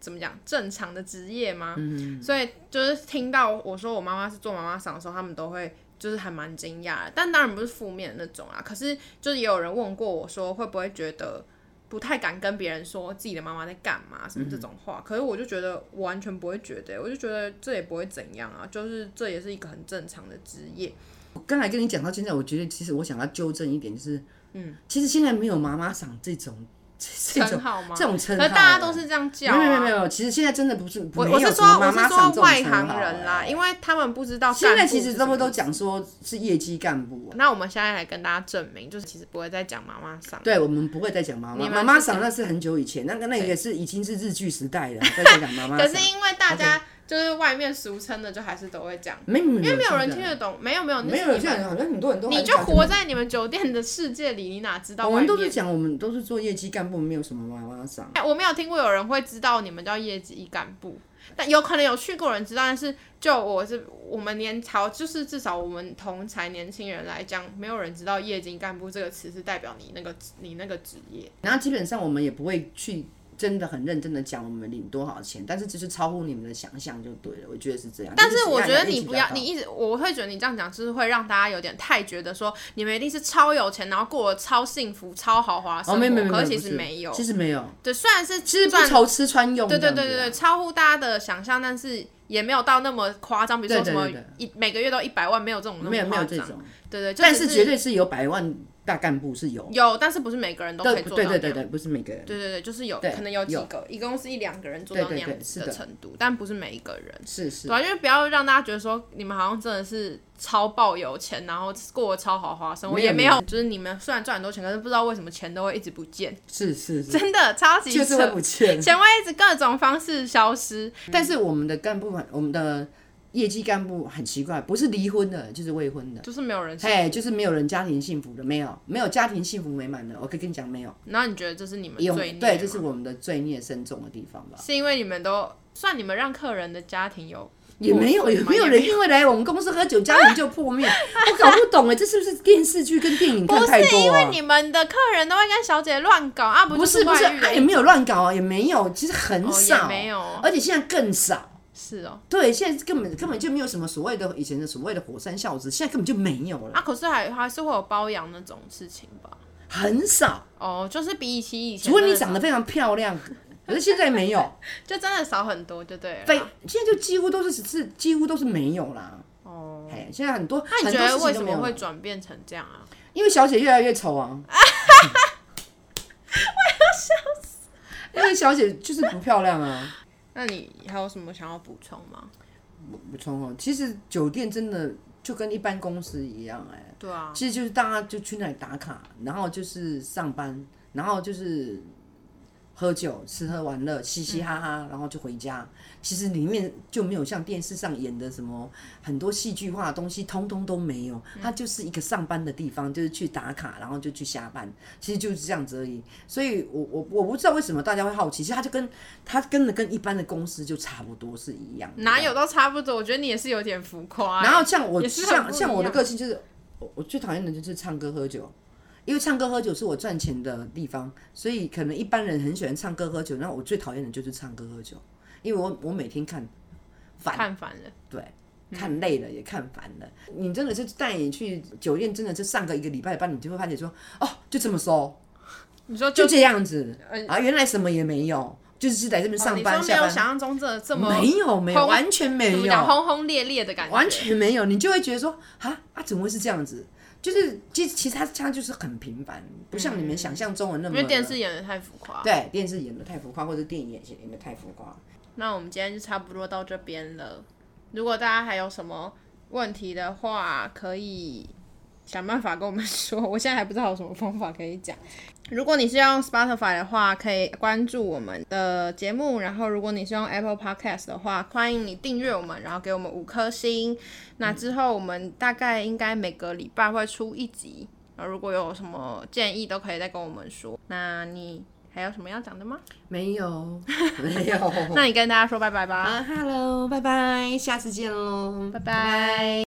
[SPEAKER 2] 怎么讲正常的职业吗？嗯、所以就是听到我说我妈妈是做妈妈桑的时候，他们都会就是还蛮惊讶的，但当然不是负面那种啊。可是就是也有人问过我说会不会觉得不太敢跟别人说自己的妈妈在干嘛什么这种话，嗯、可是我就觉得我完全不会觉得、欸，我就觉得这也不会怎样啊，就是这也是一个很正常的职业。
[SPEAKER 1] 我刚才跟你讲到现在，我觉得其实我想要纠正一点，就是嗯，其实现在没有妈妈桑这种。
[SPEAKER 2] 称号吗？
[SPEAKER 1] 这种称号，
[SPEAKER 2] 大家都是这样叫、啊。
[SPEAKER 1] 没有没有没有，其实现在真的不是，
[SPEAKER 2] 我我是说我是说外行人啦，因为他们不知道。
[SPEAKER 1] 啊现在其实他们都讲说是业绩干部、啊。
[SPEAKER 2] 那我们现在来跟大家证明，就是其实不会再讲妈妈桑。
[SPEAKER 1] 对，我们不会再讲妈妈妈妈桑，那是很久以前，那个那个是已经是日剧时代了，在讲妈妈。
[SPEAKER 2] 可是因为大家。Okay. 就是外面俗称的，就还是都会讲，
[SPEAKER 1] 没因
[SPEAKER 2] 为没有人听得懂，没有没有，
[SPEAKER 1] 没有人听得懂，好像很多人都
[SPEAKER 2] 你就活在你们酒店的世界里，你哪知道？
[SPEAKER 1] 我们都是讲我们都是做业绩干部，没有什么妈妈啊桑。
[SPEAKER 2] 哎，我没有听过有人会知道你们叫业绩干部，但有可能有去过人知道，但是就我是我们年潮，就是至少我们同才年轻人来讲，没有人知道业绩干部这个词是代表你那个你那个职业。
[SPEAKER 1] 然后基本上我们也不会去。真的很认真的讲，我们领多少钱，但是就是超乎你们的想象就对了，我觉得是这样。
[SPEAKER 2] 但是我觉得你不要，
[SPEAKER 1] 哦
[SPEAKER 2] 你一直我会觉得你这样讲，就是会让大家有点太觉得说你们一定是超有钱，然后过得超幸福、超豪华生活，
[SPEAKER 1] 哦、没没没
[SPEAKER 2] 可是其实没有，
[SPEAKER 1] 其实没有。
[SPEAKER 2] 对，虽然是
[SPEAKER 1] 其实不愁吃穿用，
[SPEAKER 2] 对对对对对，超乎大家的想象，但是。也没有到那么夸张，比如说什么一每个月都一百万，没有这种
[SPEAKER 1] 没有没有这
[SPEAKER 2] 种，对对，
[SPEAKER 1] 但是绝对是有百万大干部是有
[SPEAKER 2] 有，但是不是每个人都可以做到
[SPEAKER 1] 对对对对，不是每个人，
[SPEAKER 2] 对对对，就是有可能有几个，一共是一两个人做到那样子的程度，但不是每一个人，
[SPEAKER 1] 是是，
[SPEAKER 2] 对，因为不要让大家觉得说你们好像真的是超爆有钱，然后过超豪华生活，也没有，就是你们虽然赚很多钱，可是不知道为什么钱都会一直不见，
[SPEAKER 1] 是是，
[SPEAKER 2] 真的超
[SPEAKER 1] (laughs)
[SPEAKER 2] 级
[SPEAKER 1] 就是嗯会不见，
[SPEAKER 2] 钱会一直各种方式消失，
[SPEAKER 1] 但是我们的干部。我们的业绩干部很奇怪，不是离婚的，就是未婚的，
[SPEAKER 2] 就是没有人，
[SPEAKER 1] 哎，就是没有人家庭幸福的，没有，没有家庭幸福美满的，我可以跟你讲没有。
[SPEAKER 2] 然后你觉得这是你们罪孽？
[SPEAKER 1] 对，这是我们的罪孽深重的地方吧？
[SPEAKER 2] 是因为你们都算你们让客人的家庭有
[SPEAKER 1] 也没有，
[SPEAKER 2] 破
[SPEAKER 1] 也
[SPEAKER 2] 嘛
[SPEAKER 1] 没有
[SPEAKER 2] 也
[SPEAKER 1] 人因为来我们公司喝酒，家庭就破灭。 (laughs) 我搞不懂哎，这是不是电视剧跟电影
[SPEAKER 2] 不
[SPEAKER 1] 看太
[SPEAKER 2] 是
[SPEAKER 1] 多
[SPEAKER 2] 因为
[SPEAKER 1] 啊？
[SPEAKER 2] 你们的客人都会跟小姐乱搞啊，不
[SPEAKER 1] 不
[SPEAKER 2] 就是
[SPEAKER 1] 不
[SPEAKER 2] 外
[SPEAKER 1] 是，
[SPEAKER 2] 遇
[SPEAKER 1] 啊
[SPEAKER 2] 的
[SPEAKER 1] 也没有乱搞啊，也没有，其实很
[SPEAKER 2] 哦也
[SPEAKER 1] 少，
[SPEAKER 2] 没有
[SPEAKER 1] 而且现在更少。
[SPEAKER 2] 是哦
[SPEAKER 1] 对，现在根本根本就没有什么所谓的以前的所谓的火山孝子，现在根本就没有了，
[SPEAKER 2] 啊，可是还还是会有包养那种事情吧？
[SPEAKER 1] 很少。
[SPEAKER 2] 哦，就是比起以前，
[SPEAKER 1] 除非你长得非常漂亮，可是现在没有，
[SPEAKER 2] 就真的少很多，就对了
[SPEAKER 1] 非
[SPEAKER 2] 啦。
[SPEAKER 1] 现在就几乎都是是几乎都是没有啦。
[SPEAKER 2] 哦，
[SPEAKER 1] 哎，现在很多
[SPEAKER 2] 那
[SPEAKER 1] 很
[SPEAKER 2] 你
[SPEAKER 1] 多
[SPEAKER 2] 觉得
[SPEAKER 1] 事情
[SPEAKER 2] 为
[SPEAKER 1] 都
[SPEAKER 2] 什
[SPEAKER 1] 没
[SPEAKER 2] 么
[SPEAKER 1] 有
[SPEAKER 2] 会
[SPEAKER 1] 了，
[SPEAKER 2] 转变成这样啊？
[SPEAKER 1] 因为小姐越来越丑
[SPEAKER 2] (laughs)
[SPEAKER 1] 啊。我要笑死！因为小姐就是不漂亮啊。
[SPEAKER 2] 那你还有什么想要补充吗？
[SPEAKER 1] 补充哦，其实酒店真的就跟一般公司一样哎、
[SPEAKER 2] 对啊，
[SPEAKER 1] 其实就是大家就去那里打卡，然后就是上班，然后就是喝酒、吃喝玩乐、嘻嘻哈
[SPEAKER 2] 嗯
[SPEAKER 1] 哈，然后就回家。其实里面就没有像电视上演的什么很多戏剧化的东西，通通都没有。
[SPEAKER 2] 嗯
[SPEAKER 1] 它就是一个上班的地方，就是去打卡，然后就去下班，其实就是这样子而已。所以我我我不知道为什么大家会好奇，其实它就跟它跟的跟一般的公司就差不多是一样的。
[SPEAKER 2] 哪有都差不多，我觉得你也是有点浮夸欸、
[SPEAKER 1] 然后像我
[SPEAKER 2] 也是很
[SPEAKER 1] 像
[SPEAKER 2] 不一
[SPEAKER 1] 像我的
[SPEAKER 2] 样
[SPEAKER 1] 个性就是，我我最讨厌的就是唱歌喝酒，因为唱歌喝酒是我赚钱的地方，所以可能一般人很喜欢唱歌喝酒，然后我最讨厌的就是唱歌喝酒，因为我我每天看烦
[SPEAKER 2] 哎看烦了，
[SPEAKER 1] 对，
[SPEAKER 2] 嗯
[SPEAKER 1] 看累了也看烦了。你真的是带你去酒店，真的是上个一个礼拜班，你就会发现说，哦，就这么收，
[SPEAKER 2] 你说就
[SPEAKER 1] 就这样子
[SPEAKER 2] 嗯
[SPEAKER 1] 啊，原来什么也没有，就是在这边上班
[SPEAKER 2] 哦、你说
[SPEAKER 1] 下
[SPEAKER 2] 没有
[SPEAKER 1] 班，
[SPEAKER 2] 想象中这这么
[SPEAKER 1] 没有没有
[SPEAKER 2] 轰
[SPEAKER 1] 完全没
[SPEAKER 2] 怎么
[SPEAKER 1] 有，
[SPEAKER 2] 讲轰轰烈烈的感觉，
[SPEAKER 1] 完全没有，你就会觉得说啊啊，怎么会是这样子？就是其实其实它它就是很平凡，不像你们想象中的那
[SPEAKER 2] 因
[SPEAKER 1] 么。
[SPEAKER 2] 为电视演的太浮夸。
[SPEAKER 1] 对电视演的太浮夸，或者电影演演的太浮夸。
[SPEAKER 2] 那我们今天就差不多到这边了。如果大家还有什么问题的话，可以想办法跟我们说。我现在还不知道有什么方法可以讲。如果你是用 Spotify 的话，可以关注我们的节目；然后如果你是用 Apple Podcast 的话，欢迎你订阅我们，然后给我们五颗星。那之后我们大概应该每个礼拜会出一集。然后如果有什么建议，都可以再跟我们说。那你还有什么要讲的吗？
[SPEAKER 1] 没有， (laughs) 没有。 (laughs)
[SPEAKER 2] 那你跟大家说拜拜吧。
[SPEAKER 1] 啊，Hello，拜拜，下次见喽，
[SPEAKER 2] 拜拜。